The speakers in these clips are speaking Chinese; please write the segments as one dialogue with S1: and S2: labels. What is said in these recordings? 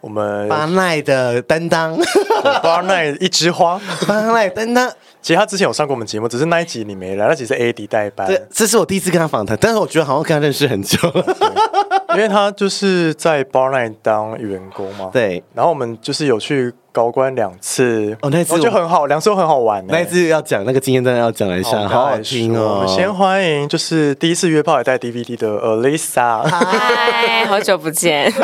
S1: 我们
S2: 巴奈的担 当，
S1: 巴奈一枝花，
S2: 巴奈担 当。
S1: 其实他之前有上过我们节目，只是那一集你没来，那集是 AD 代班。
S2: 对，这是我第一次跟他访谈，但是我觉得好像跟他认识很久了。
S1: 因为他就是在 Barline 当员工嘛，
S2: 对。
S1: 然后我们就是有去高官两次，
S2: 哦那次
S1: 我觉得
S2: 我
S1: 很好，两次都很好玩、欸。
S2: 那一次要讲那个经验，真的要讲一下，好好听
S1: 我
S2: 哦
S1: 们。先欢迎就是第一次约炮也带 DVD 的 Alisa，
S3: 嗨，好久不见。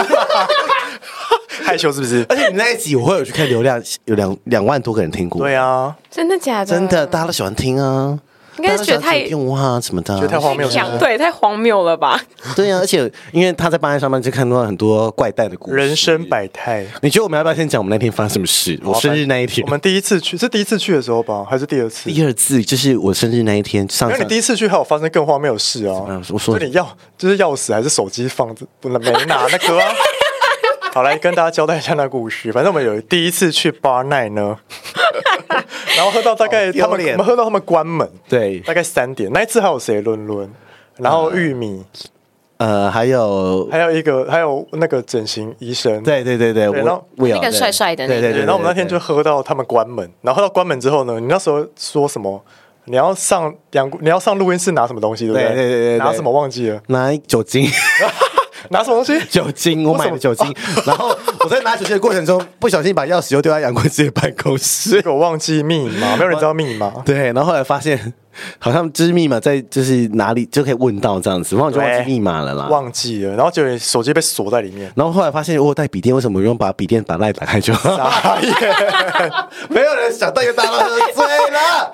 S1: 害羞是不是？
S2: 而且你那一集我会有去看流量，有两两万多个人听过，
S1: 对啊，
S3: 真的假的？
S2: 真的，大家都喜欢听啊。
S3: 应该是觉得
S2: 大
S3: 太
S2: 家都喜欢听用物啊什么的啊，
S1: 觉得太荒谬是不
S3: 想
S1: 是？
S3: 对，太荒谬了吧？
S2: 对啊，而且因为他在巴黎上班，就看到很多怪诞的故事，
S1: 人生。百态。
S2: 你觉得我们要不要先讲我们那天发生什么事？我生日那一天
S1: 我，们第一次去是第一次去的时候吧，还是第二次？
S2: 第二次就是我生日那一天上
S1: 因为
S2: 上
S1: 你第一次去还有发生更荒谬的事啊！
S2: 嗯我说
S1: 就你钥就是钥匙还是手机放着不能没拿那个、 啊。好，来跟大家交代一下那故事。反正我们有第一次去 Bar Night 呢， 然后喝到大概
S2: 好
S1: 他
S2: 丢
S1: 们
S2: 脸
S1: 我们喝到他们关门，
S2: 对，嗯
S1: 大概三点。那一次还有谁？伦伦，然后玉米，
S2: 呃，还有
S1: 还有一个还有那个整形医生。
S2: 对对对对，
S1: 对然后
S2: 我我有
S3: 那个帅帅的那
S2: 对
S3: 个
S2: 对
S1: 对
S2: 对。
S1: 然后我们那天就喝到他们关门，然后喝到关门之后呢，你那时候说什么？你要上阳，你要上录音室拿什么东西，对不对
S2: 对对对对对
S1: 拿什么忘记了？
S2: 拿酒精，
S1: 拿什么东西？
S2: 酒精，我买的酒精。然后我在拿酒精的过程中，不小心把钥匙又丢在杨贵妃的办公室
S1: 这。个我忘记密码，没有人知道密码。
S2: 对，然后后来发现好像就是密码在就是哪里就可以问到这样子，然后我就忘记
S1: 对
S2: 密码了啦。。
S1: 忘记了，然后就手机被锁在里面
S2: 然后后来发现我有带笔电，为什么不用把笔电把赖打开就好？
S1: 傻眼
S2: 没有人想到，因为大家都喝醉 了。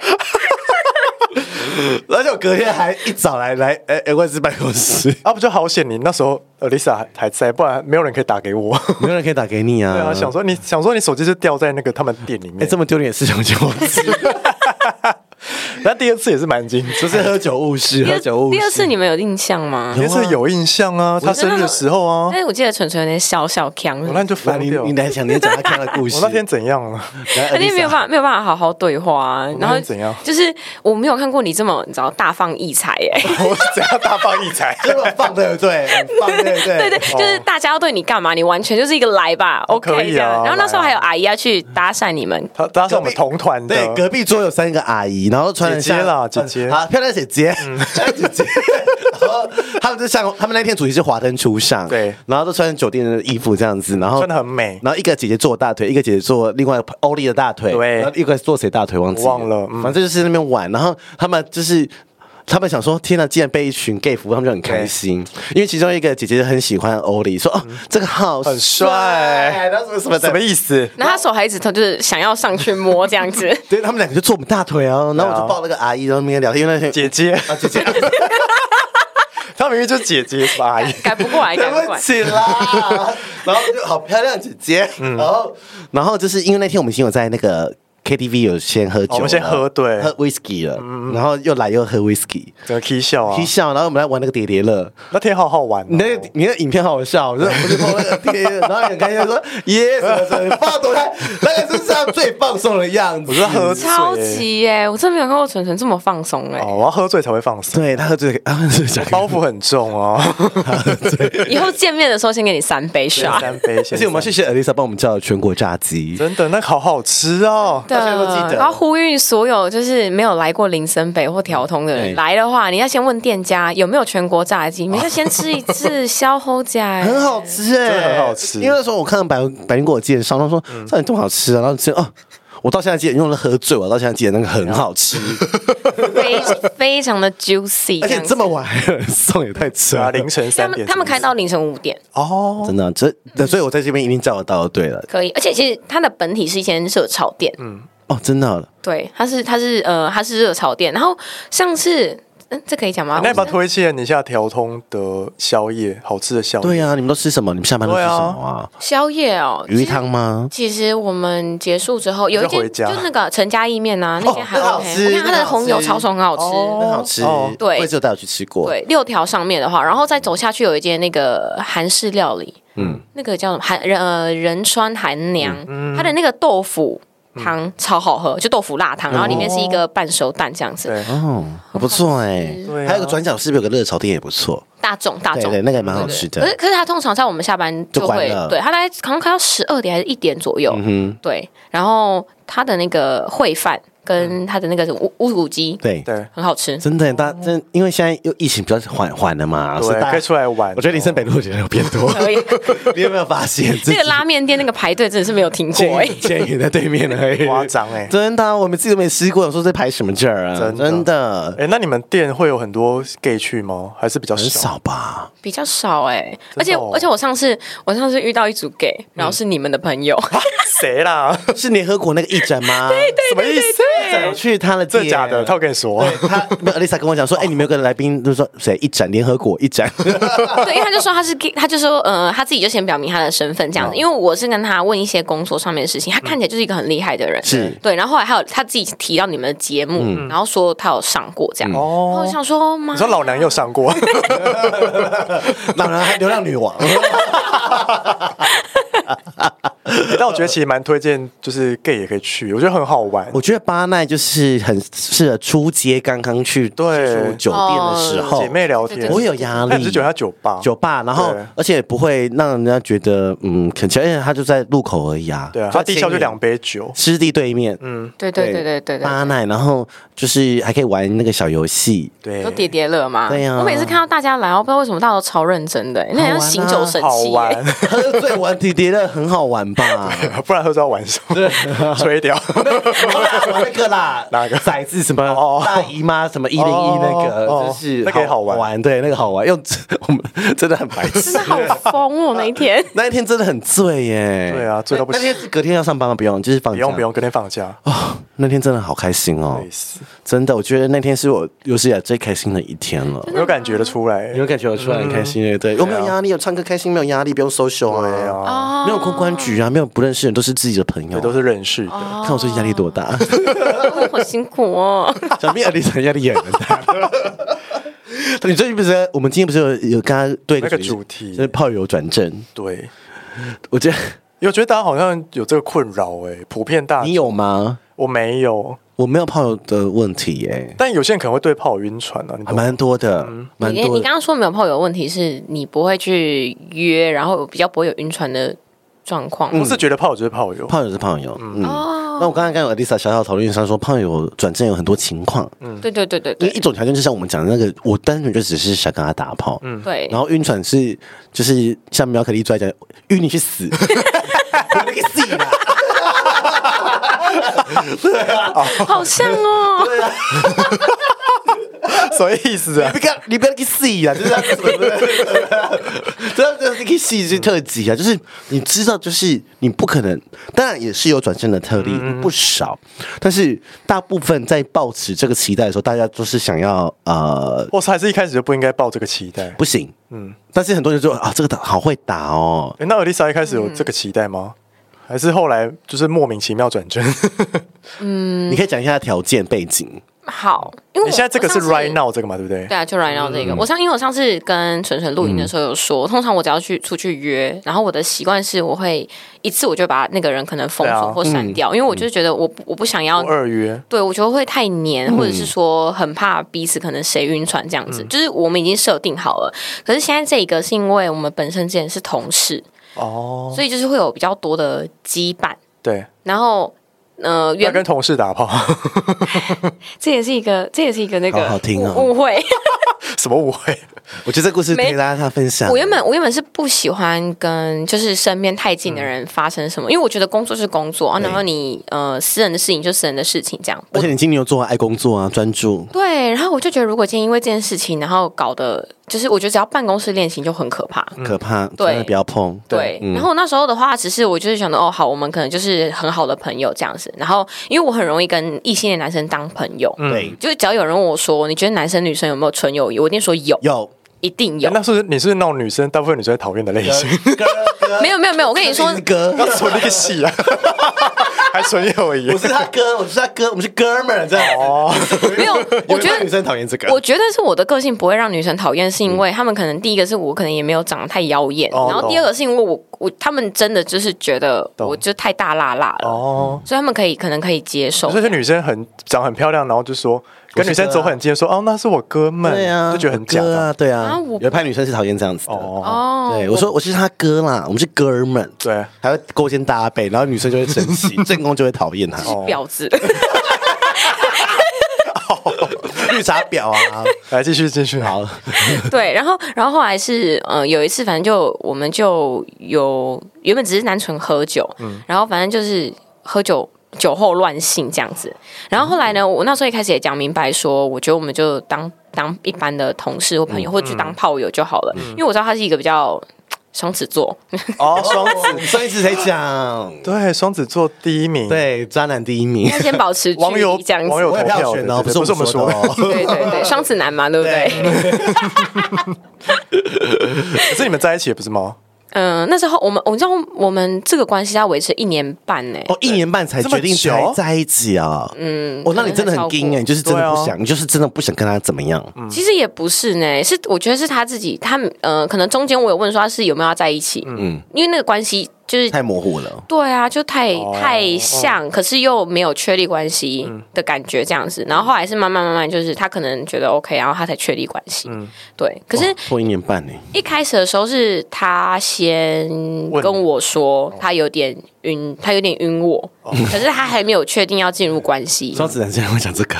S2: 而且我隔天还一早来来，哎、哎，我也是办公室，
S1: 啊，不就好险你那时候 Alisa 还还在，不然没有人可以打给我。
S2: 没有人可以打给你啊。
S1: 对啊， 想说你想说你手机是掉在那个他们店里
S2: 哎、
S1: 面。
S2: 这么丢脸的事情我就忘记了，哎
S1: 那第二次也是蛮惊
S2: 就
S1: 悚，
S2: 是喝酒误事，啊
S3: 第
S2: 喝
S3: 二
S2: 酒误事。
S3: 第二次你们有印象
S2: 啊
S3: 吗哎
S1: 第？二次有印象啊，他生日的时候啊，
S3: 但是我记得纯纯有点小小 强，
S1: 我那天就
S2: 那
S1: 疯
S2: 你
S1: 掉。
S2: 啊你
S1: 我
S2: 来讲，你讲他看的故事。
S1: 那天怎样了？
S2: 来，
S3: 而且没有
S2: Alisa
S3: 办法，没有办法好好对话啊。然后
S1: 那怎样
S3: 就是我没有看过你这么你知道大放异彩哎、
S1: 我怎样大放异 彩？
S2: 这么放对不对？很放对不对？
S3: 对对，就是大家要对你干嘛，你完全就是一个来吧，OK
S1: 哦可以啊
S3: 这样。然后那时候
S1: 来啊
S3: 还有阿姨要去搭讪你们，
S1: 他他是我们同团的，
S2: 对，隔壁桌有三个阿姨，然后穿得像
S1: 姐姐啦姐姐
S2: 好漂亮姐姐，漂亮姐姐。然后他们就像他们那天主题是华灯初上，
S1: 对
S2: 然后都穿酒店的衣服这样子，然后
S1: 穿的很美。
S2: 然后一个姐姐坐我大腿，一个姐姐坐另外欧丽的大腿，
S1: 对
S2: 然后一个坐谁大腿忘记
S1: 我忘了嗯
S2: 反正就是那边玩，然后他们就是。他们想说，天呐，竟然被一群 gay 服，他们就很开心，因为其中一个姐姐很喜欢欧丽，说哦，这个好
S1: 嗯很帅
S2: 帅，然后什么什么的
S1: 什么意思？
S3: 然后他手还一直就是想要上去摸这样 子。
S2: 对他们两个就坐我们大腿啊，然后我就抱那个阿姨，然后那边聊天，因为那天
S1: 姐姐啊，姐 姐，她明明就是姐姐吧？阿姨，
S3: 改不过来，改不
S2: 对
S3: 过
S2: 不
S3: 来。
S2: 起啦，然后就好漂亮姐姐，
S1: 嗯
S2: 然后然后就是因为那天我们已经有在那个 KTV 有先喝酒了，
S1: 哦我们先喝对嗯
S2: 喝 whisky 了，然后又来又喝 whisky，
S1: 整个 K 笑啊
S2: 嬉，笑，然后我们来玩那个叠叠乐，
S1: 那天好好玩哦。
S2: 你那个你的影片好好笑，我就我就放那个叠叠 乐，然后很开心地说耶什么什么，放多开，那个是这样最放松的样子，
S1: 我是 喝醉
S3: 超级耶、我真没有看过纯纯这么放松哎、
S1: 哦，我要喝醉才会放松，
S2: 欸对他喝醉，啊， 是讲
S1: 包袱很重哦。
S3: 以后见面的时候先给你三杯 shot，
S1: 三杯，
S2: 而且我们谢谢 Elisa 帮我们叫的全国炸鸡，
S1: 真的那个好好吃哦。
S2: 到现在都记得
S3: 然后呼吁所有就是没有来过林森北或调通的
S2: 对
S3: 人来的话，你要先问店家有没有全国炸鸡，你就先吃一次 消齁甲、哎
S2: 很好吃哎、
S1: 真的很好吃嗯
S2: 因为那时候我看到白白灵给我介绍，他说这里这么好吃啊，然后吃哦，我到现在记得，因为我喝醉，我到现在记得那个很好吃，
S1: 嗯
S3: 非非常的 juicy，
S2: 而且
S3: 样子
S2: 这么晚还有人送也太扯
S1: 对啊，
S2: 了，
S1: 凌晨
S3: 他
S1: 三
S3: 们
S1: 点，
S3: 他们开到凌晨五点
S1: 哦，
S2: 真的这，对所以我在这边一定叫得到，对了，
S3: 可以，而且其实它的本体是一间热炒店，
S1: 嗯
S2: 哦，真的
S3: 对，它是它是呃它是热炒店，然后上次嗯，这可以讲吗？
S1: 那要不要
S3: 我
S1: 推荐一下调通的宵夜，好吃的宵夜？
S2: 对啊呀、你们都吃什么？你们下班都吃
S1: 对
S2: 什
S1: 啊
S2: 么啊？
S3: 宵夜哦，
S2: 鱼汤吗？
S3: 其实我们结束之后有一
S1: 就回家
S3: 间就是那个陈家意面啊，那间还
S2: 那个好
S3: OK，、
S2: 吃
S3: 我看它
S2: 那个
S3: 的
S2: 好
S3: 红油
S2: 吃
S3: 抄手很好吃。
S1: 哦
S2: 很好吃，
S1: 哦
S3: 对
S2: 我也只有带我去吃过。
S3: 对，六条上面的话，然后再走下去有一间那个韩式料理，嗯，那个叫什么韩人呃仁川韩娘，它的那个豆腐汤超好喝，就豆腐辣汤，然后里面是一个半熟蛋这样子，
S1: 对，
S2: 哦，不错哎、
S1: 对啊
S2: 还有个转角是不是有个热炒店也不错？
S3: 大众大
S2: 对
S3: 众
S2: 对，。那个也蛮好吃
S3: 可是
S2: 哦的。
S3: 可是它通常在我们下班就
S2: 就关
S3: 会，
S2: 了
S3: 对，它大概好像开到十二点还是一点左右，
S2: 嗯
S3: 对，然后它的那个烩饭跟它的那个什么乌乌骨鸡
S2: 哼，对，
S1: 对
S3: 很好吃，
S2: 真的，大真因为现在又疫情比较缓缓了嘛，所以
S1: 对，
S2: 大
S1: 可以出来玩。哦
S2: 我觉得林森北路我觉得有变多，
S3: 可以。
S2: 你有没有发现自
S3: 那
S2: 己
S3: 个拉面店那个排队真的是没有停过哎、
S2: 监狱监狱在对面而已？
S1: 夸张哎
S2: 真的啊，我们自己都没吃过，我说在排什么劲儿啊？
S1: 真的
S2: 真的
S1: 哎、那你们店会有很多 gay 去吗？还是比较
S2: 很少吧？
S3: 比较少哎、而且
S1: 真的哦
S3: 而且我上次我上次遇到一组 gay，然后是你们的朋友，
S1: 谁啦？
S2: 是联合国那个义诊吗？对对，
S1: 什么意思？
S2: 我去他的
S1: 真
S2: 店
S1: 的假的？他有跟你说？
S2: 对他，没有 Lisa 跟我讲说，哎、你们有个来宾，就是说谁一展联合国一展，
S3: 对，因为他就说他是 gay，他就说呃他自己就先表明他的身份这样子，
S2: 嗯
S3: 因为我是跟他问一些工作上面的事情，他看起来就是一个很厉害的人，
S2: 是嗯
S3: 对，然后后来还有他自己提到你们的节目，然后说他有上过这样，
S2: 哦
S3: 然后我想说妈
S1: 你说老娘又上 过，
S2: 当然还流浪女王，
S1: 但我觉得其实蛮推荐，就是 gay 也可以去，我觉得很好玩。
S2: 我觉得巴奈就是很适合初阶刚刚去
S1: 对
S2: 住酒店的时候，
S1: 姐妹聊天，
S3: 对
S2: 不会有压
S1: 那你
S2: 力
S1: 是。觉得他酒吧？
S2: 酒吧，然后
S1: 对
S2: 而且不会让人家觉得嗯，很奇怪，而且他就在路口而已啊。
S1: 对啊，他地
S2: 下
S1: 下就两杯酒，
S2: 湿地对面，嗯，
S3: 对对对对对对，
S2: 巴奈，然后就是还可以玩那个小 游戏，
S1: 对
S3: 都，叠叠乐嘛，
S2: 对呀
S3: 我每次看到大家来，我不知道为什么大家都超认真的、欸，那
S2: 好
S3: 很像
S2: 玩啊
S3: 醒酒神
S1: 好
S3: 器、欸
S1: 玩，，
S2: 喝醉玩弟弟的很好玩吧？
S1: 不然喝知道玩什 么，吹掉。
S2: 好啦玩那个啦，哪个骰子什么
S1: 哦
S2: 大姨妈什么一零一那个，
S1: 哦
S2: 就是
S1: 那个也好玩
S2: 对，那个好玩，用我们真的很白
S3: 真
S2: 痴
S3: 的。好疯哦、那 一天。
S2: 那一天真的很醉耶，
S1: 对啊醉到不行
S2: 那天是隔天要上班吗？不用，就是放
S1: 不
S2: 假
S1: 用不用，隔天放假，
S2: 哦。 那天真的好开心哦
S1: 累，死
S2: 真的，我觉得那天是我有史以来最开心的一天了。
S1: 我有感觉得出来
S2: 你。有感觉我出来很开心对不对？有没有压力？有唱歌开心，没有压力，不用 social
S1: 对
S2: 啊，
S1: 啊，
S2: 没有公关局啊，没有不认识的人，都是自己的朋友啊
S1: 对，。都是认识的。
S2: 看我最近压力多 大。
S3: 哦好辛苦哦。
S2: 小蜜尔丽莎压力也很大。 你最近不是我们今天不是有有跟他对一
S1: 那个
S2: 主
S1: 主题
S2: 就是炮友转正？
S1: 对，
S2: 我觉得
S1: 因为我觉得大家好像有这个困扰哎，普遍大
S2: 你有吗？
S1: 我没有，
S2: 我没有炮友的问题耶、
S1: 但有些人可能会对炮友晕船啊，你
S2: 还
S1: 懂吗？
S2: 蛮多的，蛮
S3: 你
S2: 多
S3: 你刚
S2: 的。
S3: 刚说没有炮友问题，是你不会去约，然后比较不会有晕船的状况。
S1: 不是觉得炮友就是炮友，
S2: 嗯炮友 是炮友，嗯。
S3: 哦
S2: 那我刚才跟 Elisa 小小讨论一下，说炮友转正有很多情况，
S3: 对对对对
S2: 因
S3: 对
S2: 为一种条件就像我们讲的那个，我单纯就只是想跟他打炮，嗯，
S3: 对
S2: 然，后晕船是就是像苗可丽一出来讲，晕你去死，我那个死啦。
S3: 好像哦。
S1: 什么意思啊
S2: 你？不要，你不要去戏啊！就是他什么的，这这去戏是特辑啊！就是你知道，就是你不可能，当然也是有转正的特例不少，但是大部分在抱持这个期待的时候，大家都是想要呃
S1: 我还是一开始就不应该抱这个期待。
S2: 不行，嗯，但是很多人就说啊，这个打好会打哦，
S1: 诶欸那 Elisa 一开始有
S3: 嗯
S1: 这个期待吗？还是后来就是莫名其妙转正？
S2: 你可以讲一下条件背景，
S3: 好，因为我
S1: 欸你现在这个是嗯
S3: 我上次
S1: right now 这个嘛，对不对？
S3: 对啊，就 right now 这个，我上因为我上次跟纯纯录音的时候有
S1: 嗯
S3: 说，通常我只要去出去约，然后我的习惯是我会一次我就把那个人可能封
S1: 对
S3: 锁
S1: 啊嗯
S3: 或删掉，因为我就觉得我不我不想要
S1: 我二约，
S3: 对，我觉得会太黏，或者是说很怕彼此可能谁晕船这样
S1: 嗯
S3: 子，就是我们已经设定好了。可是现在这一个是因为我们本身之前是同事，
S1: 哦，
S3: 所以就是会有比较多的羁绊。
S1: 对，
S3: 然后，
S1: 要
S3: 呃，原
S1: 跟同事打炮，
S3: 这也是一个，这也是一个那个
S2: 好好听哦
S3: 误误会，
S1: 什么误会？
S2: 我觉得这故事可以
S3: 没
S2: 大家分享。
S3: 我原本我原本是不喜欢跟就是身边太近的人发生什么，因为我觉得工作是工作，啊然后你呃私人的事情就私人的事情这样。
S2: 而且你金牛座啊爱工作啊，专注，
S3: 对，然后我就觉得，如果今天因为这件事情，然后搞得就是，我觉得只要办公室恋情就很可怕。
S2: 可怕，
S3: 对
S2: 真的不要碰。
S3: 对，嗯然后那时候的话，只是我就是想着，哦，好，我们可能就是很好的朋友这样子。然后，因为我很容易跟异性恋男生当朋友，
S2: 对，
S3: 就是只要有人问我说，你觉得男生女生有没有纯友谊，我一定说 有，
S2: 有
S3: 一定有。
S1: 欸那是不是你是不是那种女生，大部分女生会讨厌的类型，
S3: 没有没有 没有，我跟你说，
S2: 哥，
S1: 纯那个戏 啊，还纯友谊
S2: 我。是他哥，我是他哥，我们是哥们儿这 样。
S1: 哦，
S3: 没有，我觉
S2: 有没有女
S3: 得。
S2: 生讨厌这 个，
S3: 我觉得是我的个性不会让女生讨厌，是因为他们可能第一个是我可能也没有长得太妖艳，
S1: 哦
S3: 然后第二个是因为我我他们真的就是觉得
S1: 懂
S3: 我就太大辣辣了，
S1: 哦，
S3: 所以他们可以可能可以接受
S1: 所。以女生很长很漂亮，然后就说跟女生走很近，说哦那是我哥们，
S2: 对啊，
S1: 就觉得很假
S2: 我哥啊，
S1: 的。
S2: 对
S3: 啊
S2: 啊
S3: 我，
S2: 有一派女生是讨厌这样子的。
S1: 哦，
S3: 哦，
S2: 对，我说我是他哥啦，我们是哥们儿，
S1: 对，
S2: 还会勾肩搭背，然后女生就会生 气，正宫就会讨厌他，
S3: 是
S1: 哦
S3: 婊子，
S2: 绿茶婊啊，
S1: 来继续继续，
S2: 好，
S3: 对。然后然后后来是呃有一次，反正就我们就有原本只是单纯喝酒，
S1: 嗯
S3: 然后反正就是喝酒。酒后乱性这样子，然后后来呢，我那时候一开始也讲明白说，我觉得我们就当当一般的同事或朋
S1: 嗯
S3: 友，或者去当炮友就好了，因为我知道他是一个比较双子座，
S1: 哦，双
S2: 哦上一次才讲，
S1: 对双子座第一名，
S2: 对，渣男第一名，
S3: 他先保持距
S1: 网友
S3: 离这样子。
S1: 网友投
S2: 我也
S1: 票
S2: 票
S1: 的
S2: 选哦，
S1: 对
S2: 不
S1: 对
S2: 是
S1: 不是我
S2: 我
S1: 们
S2: 们
S1: 说的
S2: 说 的
S1: 哦。
S2: 哦。
S3: 对对对，双子男嘛，对不对？
S1: 可是你们在一起也不是吗？
S3: 嗯、那时候我们，我知道我们这个关系要维持一年半呢、
S2: 哦，一年半才决定
S1: 这么久
S2: 才在一起啊！嗯，哦，那你真的很硬哎、你
S3: 可能会超过啊嗯
S2: 就是真的不
S1: 对
S2: 想，你就是真的不想跟他怎么样。
S3: 其实也不是呢，是我觉得是他自己，他呃，可能中间我有问说他是有没有要在一起，嗯，因为那个关系就是
S2: 太模糊了。
S3: 对啊，就太、太像，可是又没有确立关系的感觉这样子。然后后来是慢慢慢慢，就是他可能觉得 OK，然后他才确立关系。对，可是
S2: 拖一年半欸呢、
S3: 一开始的时候是他先跟我说他有点晕，他有点晕我，可是他还没有确定要进入关系，
S2: 双子男竟然会讲这 个，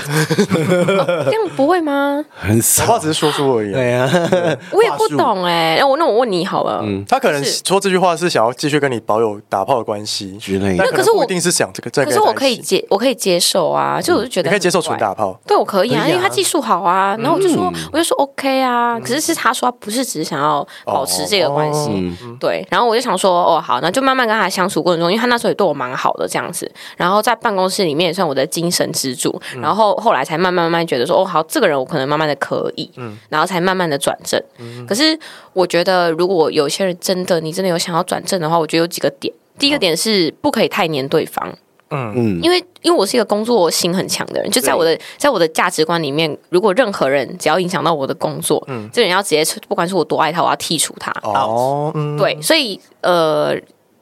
S3: 这样不会吗？
S2: 很
S1: 我话
S2: 少。
S1: 只是说说而已。
S2: 啊对 啊，
S3: 我也不懂哎、那我那我问你好了，
S1: 他可能
S3: 是
S1: 说这句话是想要继续跟你保有打炮的关系
S2: 之类的
S1: 但
S3: 可是
S1: 能不
S3: 我
S1: 一定是想这个，这个
S3: 可是我可以
S1: 在一起
S3: 接，我可以接受啊，就我就觉得
S1: 你可以接受
S3: 很怪
S1: 纯打炮，
S3: 对我可以啊，
S2: 可以啊
S3: 因为他技术好啊，
S1: 嗯
S3: 然后我就说，我就说 OK 啊，可是是他说他不是只是想要保持这个关系，
S1: 哦
S3: 对，然后我就想说，哦好，那就慢慢跟他相处过程中，因为他那时候也对我蛮好的这样子，然后在办公室里面也算我的精神支柱，
S1: 嗯
S3: 然后后来才慢慢慢慢觉得说，哦好，这个人我可能慢慢的可以，
S1: 嗯
S3: 然后才慢慢的转正，可是我觉得如果有些人真的你真的有想要转正的话，我觉得有几个点。第一个点是不可以太黏对方，
S2: 嗯，
S3: 因为因为我是一个工作心很强的人，就在我的在我的价值观里面，如果任何人只要影响到我的工作，这个人要直接不管是我多爱他，我要剔除他。
S1: 嗯哦，嗯，
S3: 对，所以呃，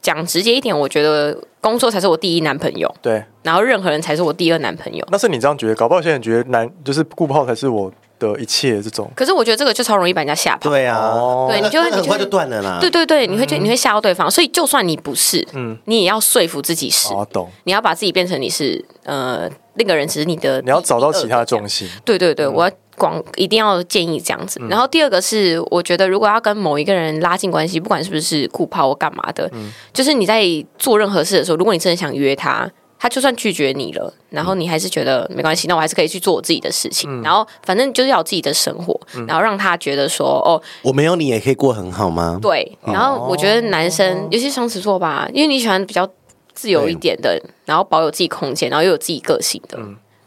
S3: 讲直接一点，我觉得工作才是我第一男朋友，
S1: 对。
S3: 然后任何人才是我第二男朋友。
S1: 那是你这样觉得，搞不好现在觉得男就是顾炮才是我的一切这种。
S3: 可是我觉得这个就超容易把人家吓跑。
S2: 对啊，
S1: 哦
S3: 对
S2: 那
S3: 你就会
S2: 那很
S3: 你就会
S2: 快就断了啦。
S1: 啊
S3: 对对对，你会
S1: 嗯
S3: 觉得你会吓到对方，所以就算你不是，你也要说服自己是，
S1: 哦，懂。
S3: 你要把自己变成你是呃那个人只是你的，
S1: 你要找到其他的
S3: 重。
S1: 重 心，
S3: 对对对，我要广一定要建议这样子。然后第二个是，我觉得如果要跟某一个人拉近关系，不管是不是酷泡或干嘛的，就是你在做任何事的时候，如果你真的想约他。他就算拒绝你了，然后你还是觉得没关系，那我还是可以去做我自己的事情。然后反正就是要有自己的生活，然后让他觉得说，哦，
S2: 我没有你也可以过很好吗？
S3: 对。然后我觉得男生，尤其双子座吧，因为你喜欢比较自由一点的，然后保有自己空间，然后又有自己个性的，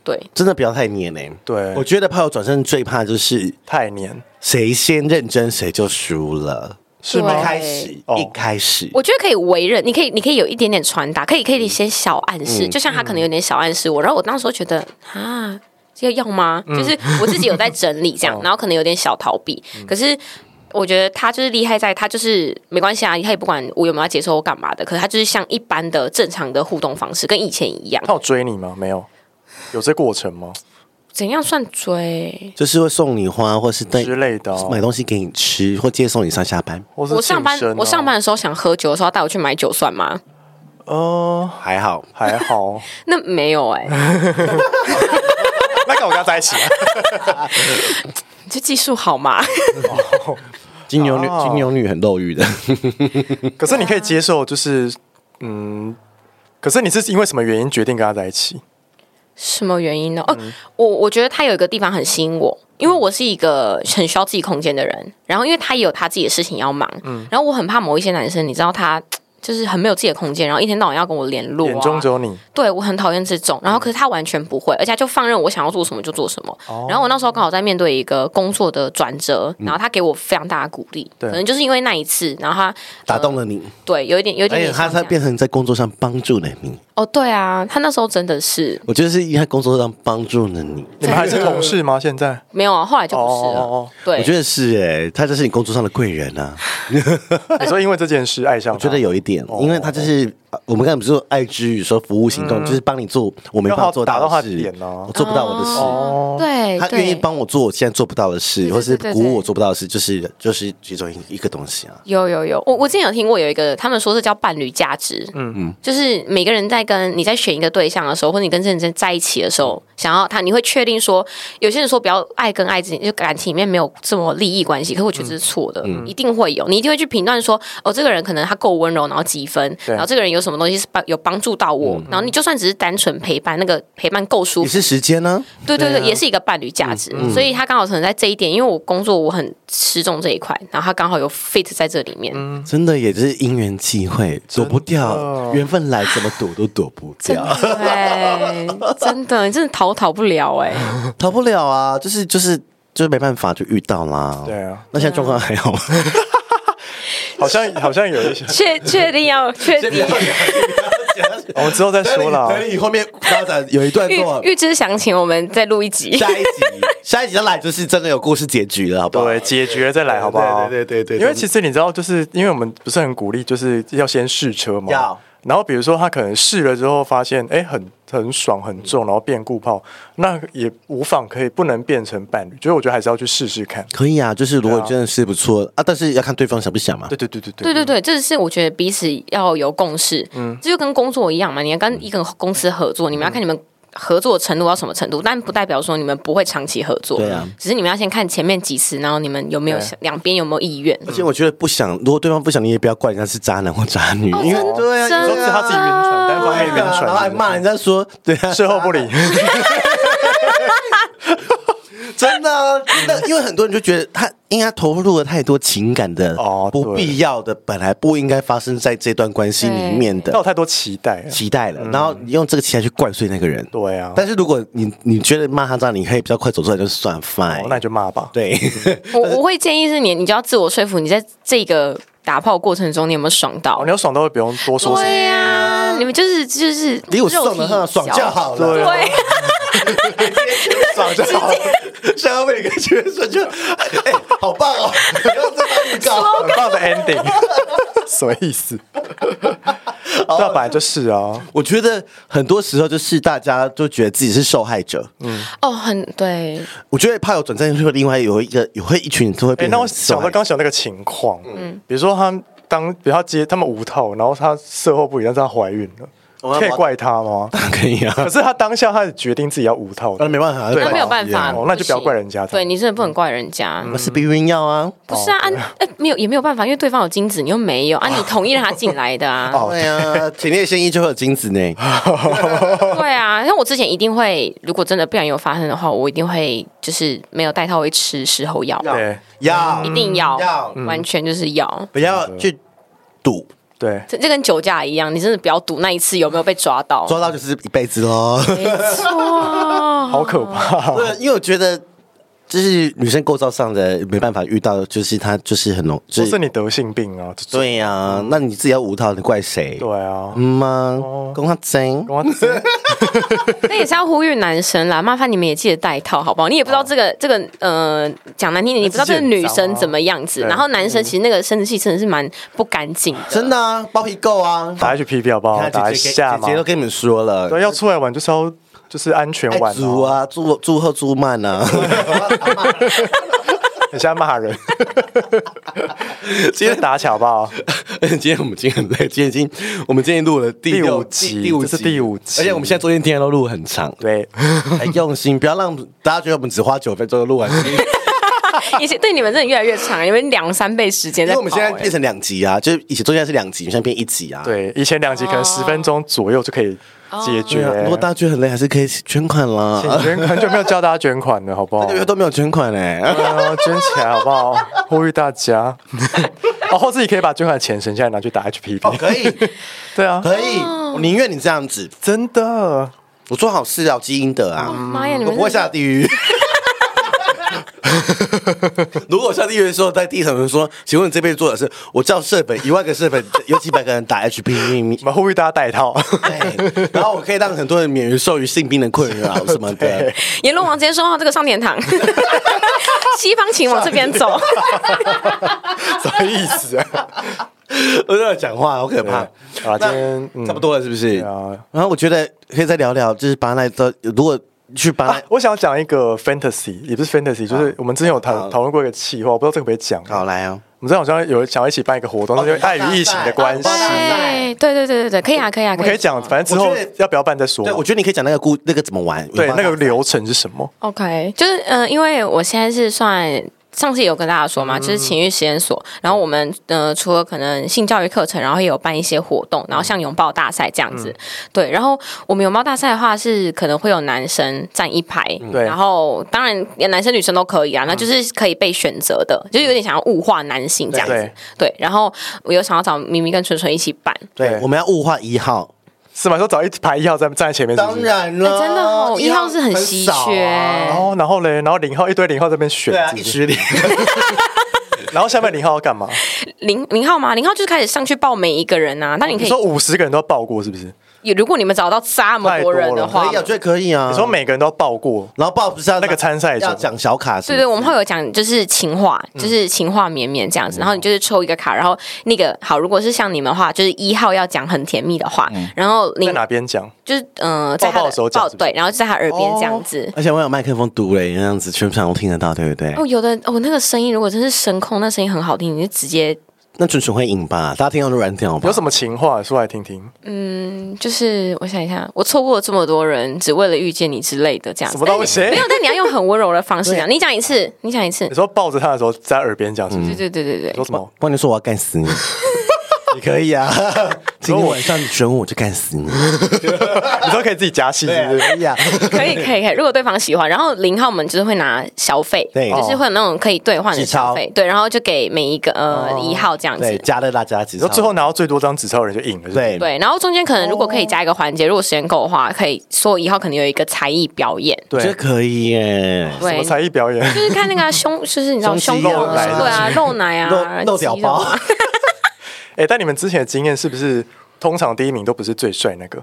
S3: 对。
S2: 真的不要太黏嘞、
S1: 对
S2: 我觉得炮友转身最怕就是
S1: 太黏
S2: 谁先认真谁就输了。
S1: 是
S3: 对
S2: 一
S1: 吗？
S2: 开始，
S1: 哦
S2: 一开始，
S3: 我觉得可以为人，你可以，你可以有一点点传达，可以，可以先小暗示，就像他可能有点小暗示我，然后我当时候觉得啊，这个要吗？就是我自己有在整理这样，然后可能有点小逃避，可是。我觉得他就是厉害在，他就是没关系啊，他也不管我有没有要接受或干嘛的，可是他就是像一般的正常的互动方式，跟以前一样。
S1: 他有追你吗？没有，有这过程吗？
S3: 怎样算追？
S2: 就是会送你花，或是带
S1: 之类的哦，
S2: 买东西给你吃，或接送你上下班，
S1: 或是
S3: 我上班
S1: 庆生哦，
S3: 我上班的时候想喝酒的时候，他带我去买酒算 吗？
S1: 呃
S2: 还好。
S1: 还好，
S3: 那没有哎、
S1: 那跟我跟他在一起啊，
S3: 你这技术好嘛？
S2: 金牛女，
S1: 哦
S2: 金牛女很肉欲的，
S1: 可是你可以接受，就是嗯，可是你是因为什么原因决定跟他在一起？
S3: 什么原因呢？哦，
S2: 嗯
S3: 我我觉得他有一个地方很吸引我，因为我是一个很需要自己空间的人。然后，因为他也有他自己的事情要忙，
S2: 嗯
S3: 然后我很怕某一些男生，你知道他就是很没有自己的空间，然后一天到晚要跟我联络、啊，
S1: 眼中只有你，
S3: 对我很讨厌这种，
S2: 嗯
S3: 然后可是他完全不会，而且他就放任我想要做什么就做什么。
S2: 哦
S3: 然后我那时候刚好在面对一个工作的转折，
S2: 嗯
S3: 然后他给我非常大的鼓励，
S1: 对
S3: 可能就是因为那一次，然后他
S2: 打动了你，哎
S3: 对有一点有一点
S2: 而且
S3: 点
S2: 他
S3: 像这
S2: 他
S3: 样、
S2: 变成在工作上帮助了你，
S3: 哦，对啊，他那时候真的是
S2: 我觉得是因为他工作上帮助了你，
S1: 你们还是同事吗？现在？
S3: 没有啊，后 来就不是了。
S1: 哦
S3: 对，
S2: 我觉得是哎，他就是你工作上的贵人啊，
S1: 哦 你说因为这件事爱上他？
S2: 我觉得有一点，因为他就是呃我们刚才不是说爱之语说服务行动，就是帮你做我没办法做到
S1: 要好打到他
S2: 的啊
S1: 的
S2: 事，
S1: 点哦
S2: 我做不到我的事。
S1: 哦
S3: 对，
S2: 他
S3: 哎对
S2: 愿意帮我做我现在做不到的事，
S3: 对
S2: 或是
S3: 对对
S2: 鼓
S3: 对
S2: 舞我做不到的事，就是就是其中一一个东西啊。
S3: 有有有，我我之前有听过有一个，他们说是叫伴侣价值，嗯嗯，就是每个人在跟你在选一个对象的时候，或者你跟这个人在一起的时候，想要他，你会确定说，有些人说不要爱跟爱之间，就感情里面没有这么利益关系，可是我觉得这是错的，一定会有，你一定会去评断说，哦，这个人可能他够温柔，然后几分，
S1: 对
S3: 然后这个人有什么东西是帮有帮助到我，然后你就算只是单纯陪伴，那个陪伴够舒
S2: 也
S3: 服，
S2: 是时间啊呢、
S3: 对对对，也是一个伴侣价值，所以他刚好可能在这一点，因为我工作我很吃重这一块，然后他刚好有 fit 在这里面，
S2: 真的也是因缘际会，躲不掉，
S1: 的
S2: 缘分来怎么躲都躲不掉，
S3: 对，真的，你真的逃逃不了哎、
S2: 逃不了啊！就是就是就是没办法，就遇到啦。
S1: 对啊，
S2: 那现在状况还 好吗？
S1: 好像好像有一些，
S3: 确确定要确定
S1: 我们之后再说 啦。
S2: 以后面发展有一段
S3: 预预知详情，我们再录一集。
S2: 下一集，下一集再来就是真的有故事结局了，好不好？
S1: 对，解决再来好不好？
S2: 对对对对对
S1: 因为其实你知道，就是因为我们不是很鼓励，就是要先试车嘛。
S2: 要
S1: 然后比如说他可能试了之后发现，哎，很很爽很重，然后变固炮，那也无妨，可以不能变成伴侣。所以我觉得还是要去试试看。
S2: 可以啊，就是如果真的是不错啊但是要看对方想不想嘛
S1: 对。对对对对
S3: 对对对，这是我觉得彼此要有共识，嗯，这就跟工作一样嘛，你要跟一个公司合作，你们要看你们。合作的程度到什么程度，但不代表说你们不会长期合作。
S2: 对啊
S3: 只是你们要先看前面几次，然后你们有没有
S1: 对
S3: 想两边有没有意愿。
S2: 而且我觉得不想，如果对方不想，你也不要怪人家是渣男或渣女，因为对啊，
S3: 真
S1: 有时候是他自己晕船，单方面
S2: 对
S1: 晕
S2: 啊然后还
S1: 船，
S2: 骂人家说，对啊，
S1: 事后不理。
S2: 真的啊、那因为很多人就觉得他应该投入了太多情感的
S1: 哦对
S2: 不必要的，本来不应该发生在这段关系里面
S1: 那
S2: 的
S1: 有太多期待了。
S2: 期待了，然后你用这个期待去灌碎那个人。
S1: 嗯对啊，
S2: 但是如果你你觉得骂他渣，你可以比较快走出来，就算
S1: 哦那
S2: fine。
S1: 你就骂吧。
S2: 对，
S3: 我我会建议是你，你就要自我说服，你在这个打炮过程中，你有没有爽
S1: 哦，？
S3: 到
S1: 你要爽到会不用多说什么。
S3: 对呀、你们就是就是
S2: 离我
S3: 肉
S2: 送
S3: 体
S2: 的话爽就
S3: 交
S2: 好了。
S1: 对啊，
S3: 对，
S2: 爽 就好，想要每个角色就， 哎、好 棒哦！ 不要再发预告，
S1: 很棒的 ending，什么意思？那本来就是啊，
S2: 我觉得很多时候就是大家都觉得自己是受害者，嗯，
S3: 哦，很 对，
S2: 我觉得怕有转战会，另外有一个有会一群人都会
S1: 哎、
S2: 变
S1: 那
S2: 成
S1: 我
S2: 受
S1: 想
S2: 害
S1: 到
S2: 者。
S1: 刚想那个情况，
S3: 嗯
S1: 比如说他当，比如他接他们无套，然后他事后不理，但是他怀孕
S2: 我
S1: 了，
S2: 要
S1: 可以怪他吗？
S2: 可以 啊
S1: 可，是他当下他决定自己要无套的
S2: 那，没办法，
S1: 对
S3: 那没有办法，
S1: 哦那就不要怪人家
S3: 行对你真的不能怪人家，
S2: 我是避孕药啊，
S3: 不是啊，啊，哎，没有也没有办法，因为对方有精子，你又没
S2: 哦
S3: 有啊，你同意让他进来 的啊，
S2: 对啊，前列腺液就会有精子呢，
S3: 对啊，像我之前一定会，如果真的不然有发生的话，我一定会就是没有带套会吃事后药，
S1: 对
S2: 要嗯
S3: 一定要
S2: 要，
S3: 完全就是要。
S2: 不要去赌，
S1: 对，
S3: 这这跟酒驾一样，你真的不要赌那一次有没有被抓到，
S2: 抓到就是一辈子喽。
S3: 没错，
S1: 好可 怕，
S2: 对， 因为我觉得。就是女生构造上的没办法遇到，就是她就是很容，就
S1: 不
S2: 是
S1: 是你得性病啊，这种
S2: 对呀、那你自己要无套，你怪谁？
S1: 对啊，
S2: 嗯吗？跟他争，
S1: 哇
S3: 那也是要呼吁男生啦，麻烦你们也记得带套，好不好？你也不知道这个、这个呃，讲难听点，你不知道这个女
S2: 啊
S3: 生怎么样子，
S1: 对
S3: 然后男
S2: 嗯
S3: 生其实那个生殖器真的是蛮不干净 的。
S2: 真的啊，包皮够啊！
S1: 打 HPV 好不 好？
S2: 看
S1: 打一
S2: 姐姐给
S1: 下嘛
S2: 姐姐，都跟你们说了，
S1: 对，要出来玩就是要就是安全
S2: 爱
S1: 玩
S2: 煮
S1: 啊，
S2: 啊，祝祝贺祝曼啊，
S1: 你现在骂 人，今天打起来好不好？
S2: 今天我们今天很累，今天已经我们今天录了第
S1: 第
S2: 六
S1: 五集
S2: 第五
S1: 这
S2: 集
S1: 是第五集
S2: 而且我们现在昨天天都录很长，
S1: 对。
S2: 很用心，不要让大家觉得我们只花九分钟就录完。
S3: 以前对你们真的越来越长，你们两三倍时间
S2: 因
S3: 在
S2: 为
S3: 跑、
S2: 我们现在
S3: 欸
S2: 变成两集啊，就是以前中间是两集，现在变一集啊。
S1: 对，以前两集可能十分钟左右就可以解决
S2: 对啊，。如果大家觉得很累，还是可以捐款啦。
S1: 请捐款很久没有教大家捐款了，好 不好
S2: 这个？月都没有捐款哎嘞、
S1: 对啊，捐起来好不好？呼吁大家。 哦，或自己可以把捐款的钱省下来拿去打 HPP。
S2: 哦可以，
S1: 对啊，
S2: 可以，我宁愿你这样子，
S1: 真的。
S2: 我做好事要积阴德啊，
S3: 妈呀，你
S2: 我
S3: 们
S2: 不会下地狱。 如果我下地狱的时候，在地上有人说：“请问你这辈子做的是？我叫社粉一万个社粉，有几百个人打 HP，
S1: 我们呼吁大家戴套。
S2: 对，然后我可以让很多人免于受于性病的困扰什么 的。
S3: 阎罗王直接说哦，这个上 殿堂，西方请往这边走。
S1: 什么意思啊？
S2: 我在讲话，好可怕
S1: 对啊今天
S2: 那
S1: 嗯
S2: 差不多了，是不是？
S1: 啊
S2: 然后我觉得可以再聊聊，就是巴奈的，如果去巴奈，
S1: 我想讲一个 fantasy，也不是 fantasy，就是我们之前有讨
S2: 好
S1: 讨论过一个企划，我不知道这个可不可以讲。
S2: 好哦来哦，
S1: 我们之前好像有想要一起办一个活动，但是因为碍于疫情的关系，我
S3: 对哎对对对对对，可以啊，可以啊，
S1: 们可以讲，反正之
S2: 哦我
S1: 后
S2: 觉得
S1: 要不要办再说
S2: 对，。我觉得你可以讲那个故那个怎么玩，
S1: 对，
S2: 我帮
S1: 那
S2: 你
S1: 个流程是什么？
S3: OK，就是嗯、呃因为我现在是算上次有跟大家说
S1: 嗯
S3: 嘛，就是情欲实验所。然后我们呃，除了可能性教育课程，然后也有办一些活动，然后像拥抱大赛这样子。
S1: 嗯
S3: 对，然后我们拥抱大赛的话是可能会有男生站一排，
S1: 对嗯
S3: 然后当然男生女生都可以啊，那就是可以被选择的，就是有点想要物化男性这样子。
S1: 对
S3: 对，然后我有想要找咪咪跟纯纯一起办，
S2: 对
S1: 对，
S2: 我们要物化一号，
S1: 是吗？说找一排一号站站在前面，是不
S2: 当
S1: 是。
S2: 然啊了，
S3: 哎真的哦一号是很稀缺
S2: 少啊
S1: 然后，然后嘞，然后零号一堆零号在那边选
S2: 对，啊，
S1: 是不
S2: 一
S1: 是
S2: 十零，
S1: 然后下面零号要干嘛？
S3: 零零号嘛，零号就是开始上去报每一个人啊。那你可
S1: 你
S3: 以
S1: 说五十个人都要报过，是不是？
S2: 嗯
S3: 也如果你们找到这么多人的
S1: 好
S3: 话，
S2: 可以啊，最可以啊。
S1: 你说每个人都要报过，
S2: 然后报不是要
S1: 那个参赛者
S2: 要讲小卡什
S3: 对
S2: 么，
S3: 对，我们会有讲，就是情话，就是情话绵绵这样子。然后你就是抽一个卡，然后那个好，如果是像你们的话，就是一号要讲很甜蜜的话，然后
S1: 在
S3: 零
S1: 哪边讲？
S3: 就是嗯、呃在他
S1: 抱抱的时候讲
S3: 抱
S1: 是不是
S3: 对，然后就在他耳边这
S2: 哦
S3: 样子。
S2: 而且我有麦克风读嘞，那样子全场都听得到，对不对？
S3: 哦，有的哦，那个声音如果真是声控，那声音很好听，你就直接
S2: 那纯纯会赢吧？大家听到就软掉吧
S1: 有？什么情话说来听听？
S3: 就是我想一下，我错过了这么多人，只为了遇见你之类的这样
S1: 什
S3: 子。哎
S1: 么东西？
S3: 没有，但你要用很温柔的方式讲。你讲一次，你讲一次
S1: 你。说抱着他的时候在耳边讲，是不是？
S3: 对对对对对
S1: 你说，什 么？
S2: 不然你说我要干死你，你可以啊。今天晚上你选我我就干死你，
S1: 你说可以自己加戏，是不是？
S2: 可以啊。
S3: 可 以可以可以，如果对方喜欢，然后零号我们就是会拿小费，
S2: 对
S3: 就是会有那种可以兑换的
S2: 纸钞哦
S3: 小费，对，然后就给每一个呃一号这样
S2: 对，
S3: 子。
S2: 加了大家几
S1: 你说最后拿到最多张纸钞的人就赢了，是不是。
S2: 对
S3: 对，然后中间可能如果可以加一个环节，如果时间够的话，可以说一号可能有一个才艺表演，
S2: 我觉
S1: 对，
S2: 得可以耶。
S1: 什
S3: 对
S1: 么，才艺表演？
S3: 就是看那个啊胸， 就是你知道
S2: 胸
S3: 胸
S2: 肌
S3: 部
S1: 肉奶
S3: 对啊，露奶
S2: 露
S3: 啊，
S2: 露屌
S3: 肌肉
S2: 包
S3: 啊，
S1: 哎，但你们之前的经验是不是通常第一名都不是最帅那个？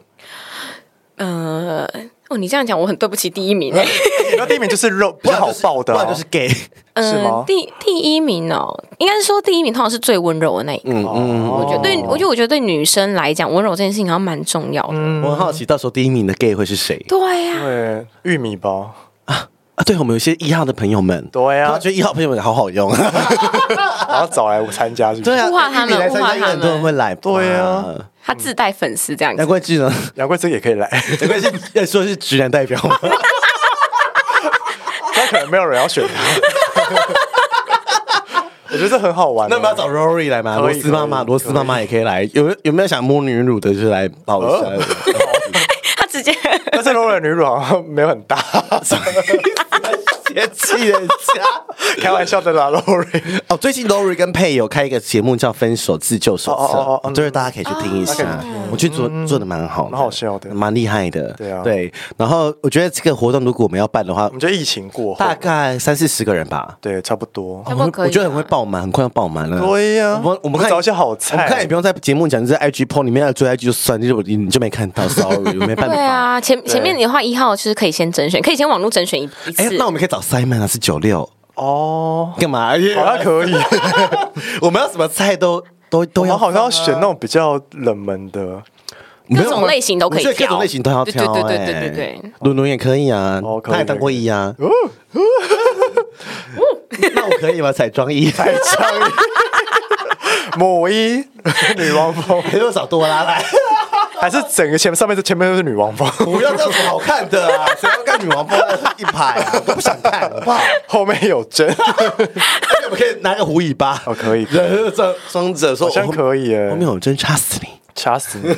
S3: 呃，哦，你这样讲我很对不起第 一名哎，
S1: 那第一名就是肉比较好抱的
S2: 不
S1: 啊
S2: 然，就是 gay。
S1: 是
S3: 嗯
S1: 吗，
S3: 第第一名哦，应该是说第一名通常是最温柔的那一个，
S2: 嗯嗯，
S1: 我
S3: 我觉得对，我觉得我觉得对女生来讲，温柔这件事情好像蛮重要的。
S1: 嗯
S2: 我很好奇，到时候第一名的 gay 会是谁
S3: 对啊呀、
S1: 对玉米包，
S2: 啊？对，我们有一些一号的朋友们，
S1: 对
S2: 他
S1: 啊
S2: 们，觉得一号朋友们好 好用。
S1: 然后找来我参加，是不
S2: 对
S1: 是？
S2: 啊，
S3: 物化他们
S2: 你来参加应该很多人会来吧。
S1: 物化他
S3: 他自带粉丝这样
S2: 难
S3: 子。
S2: 怪智 能，
S1: 杨贵妃也可 以来，
S2: 难怪是要说是直男代表吗？
S1: 但可能没有人要选 他。我觉得这很好玩啊。
S2: 那我们要找 Rory 来 吗？
S1: 可
S2: 罗
S1: 以
S2: 斯妈
S1: 可
S2: 妈，
S1: 以
S2: 罗斯妈妈也可以来。有有没有想摸女乳的，就来抱一
S1: 哦
S2: 下？
S3: 他直接
S1: 但是 Rory 的女乳好像没有很大，
S2: 嫌弃人 家。
S1: 开玩笑的啦，Rory。
S2: 哦，最近 Rory 跟佩有开一个节目叫《分手自救手
S1: 哦哦哦
S2: 册
S1: 哦》，
S2: 就是大家可以去听一下。我去做做的蛮好，
S1: 嗯蛮好笑的
S2: 蛮厉害的。
S1: 对啊
S2: 对。然后我觉得这个活动如果我们要办的话
S1: 我，们就疫情过后
S2: 大，概三四十个人吧。
S1: 对，差不多。
S3: 差不多可以啊
S2: 我觉得很会
S3: 吧
S2: 爆满，很快要爆满了。
S1: 对呀，
S2: 我我们看
S1: 找一些好
S2: 我们看
S1: 菜
S2: 也不。用在节目讲，就是 IG PO 里面要追 IG 就算，你就你你就没看到，sorry，我 没办法。
S3: 对啊，前前面的话一号就是可以先甄选，可以先网络甄选一一
S2: 哎、
S3: 次
S2: 那。我们可以找 Simon 啊，是九六
S1: 哦，
S2: 干嘛？哎
S1: 好像 可以。
S2: 啊我们要什么菜都都
S1: 我
S2: 都要
S1: 们好
S2: 放啊，
S1: 像要选那种比较冷门的。
S2: 没有
S3: 各种类型都可以
S2: 我觉得各
S3: 挑
S2: 种类型都要挑、
S3: 对
S2: 哎
S3: 对对对对对对，
S2: 伦伦也可以啊，
S1: 哦可以
S2: 他也当过一啊。 那我可以吗？彩妆一，彩 妆
S1: 某一女王风，
S2: 多少多拉来，
S1: 还是整个前上面这前面都是女王风，
S2: 不要这样子好看的啊！谁要看女王放在一排啊？我不想看，好不好？
S1: 后面有针，
S2: 而且我们可以拿个狐尾巴，
S1: 哦可以
S2: 人装装着说，
S1: 好像
S2: 我
S1: 可以耶
S2: 后面有针插死你，
S1: 掐死你！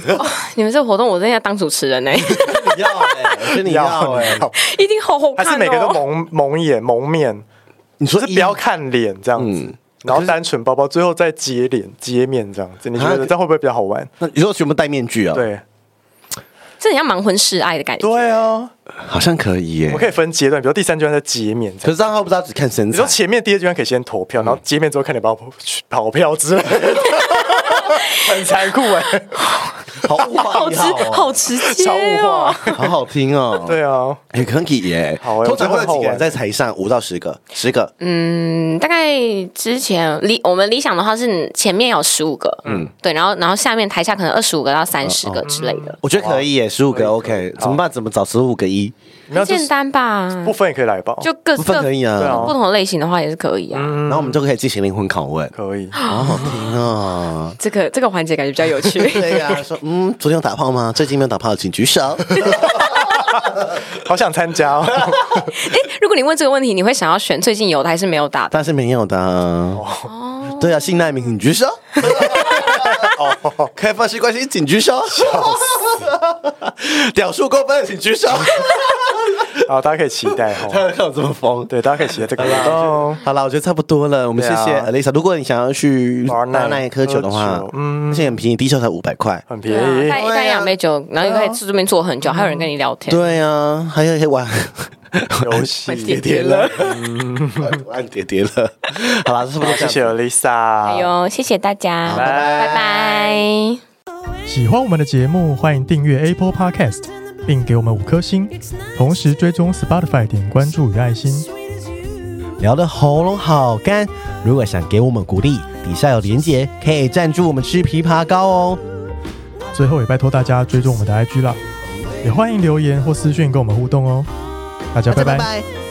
S3: 你们这个活动我真的要当主持人呢、
S2: 你要哎，我觉得 你要哎，
S1: 要
S3: 一定好好
S1: 还
S3: 看哦。
S1: 是每个都蒙 蒙眼蒙面，
S2: 你
S1: 就
S2: 说
S1: 是
S2: 一
S1: 不要看脸这样子
S2: 嗯，
S1: 然后单纯包包，最后再接脸接面这样子，你觉
S2: 啊
S1: 得
S2: 可
S1: 这样会不会比较好玩？
S2: 那你说全部戴面具啊？，
S1: 对
S3: 这很像盲婚试爱的感觉。
S1: 对啊，
S2: 好像可以
S1: 我
S2: 耶
S1: 们。可以分阶段，比如第三阶段再接面这样。
S2: 可是这样嗯他不知道只看身
S1: 你
S2: 材
S1: 说，前面第二阶段可以先投票，然后接面之后看你要不要去跑票之类 的，很残酷哎、
S2: 好物化
S3: 好
S2: 一
S3: 直
S2: 号哦，
S3: 好直接
S1: 超啊物
S3: 哦
S1: 化！
S2: 好好听哦。
S1: 对啊，
S2: 哎，可以耶。
S1: 好哎
S2: 通常
S1: 我觉得很
S2: 会有
S1: 好
S2: 几个人
S1: 玩
S2: 在台上，五到十个，十个。
S3: 嗯，大概之前理我们理想的话是前面有十五个，嗯，对，然后然后下面台下可能二十五个到三十个之类的，
S2: 我觉得可以耶，十五个 OK，怎么办？怎么找十五个一？
S1: 没有就
S3: 简
S1: 是
S3: 单吧？
S1: 部分也可以来吧，
S3: 就各
S2: 不分
S3: 各
S2: 可以
S1: 对
S2: 啊
S1: 啊，
S3: 不同的类型的话也是可以啊。
S2: 然后我们就可以进行灵魂拷问，
S1: 可以。
S2: 好好听啊！
S3: 这个这个环节感觉比较有趣。
S2: 对呀、说嗯，昨天有打炮吗？最近没有打炮的请举 手。
S1: 好想参加 哦，
S3: 哎如果你问这个问题，你会想要选最近有的还是没有打的？
S2: 但是没有的啊。对啊，性难民请举手。 哦，开放式关系请举手。屌数过分请举 手。
S1: 好，大家可以期待
S2: 他
S1: 哦。
S2: 们 看我这么疯。
S1: 对，大家可以期待这个活动。
S2: 好了，我觉得差不多了。我们谢谢
S1: 对啊
S2: Alisa。如果你想要去
S1: Bar night
S2: 奈喝酒的
S1: 喝
S2: 话
S1: 酒，
S2: 嗯，而且很便宜，低消才五百块。
S1: 很
S3: 对
S1: 便
S3: 啊，
S1: 宜
S3: 带，
S2: 对啊
S3: 带一两杯酒，然后你可以这边坐很久，还有人跟你聊天。
S2: 对啊，还有一些玩
S1: 游戏
S3: 蛮甜
S2: 叠 了，玩叠叠了。好了，差不多这
S1: 谢
S2: 样
S1: 谢 Lisa。
S3: 哎呦，谢谢大家，
S1: 啊拜拜
S3: 拜拜
S1: 喜欢我们的节目，欢迎订阅 Apple Podcast，并给我们五颗星，同时追踪 Spotify 点关注与爱心。
S2: 聊的喉咙好干。如果想给我们鼓励，底下有连结，可以赞助我们吃枇杷膏哦。
S1: 最后也拜托大家追踪我们的 IG 啦，也欢迎留言或私讯跟我们互动哦。大家拜拜
S2: 拜。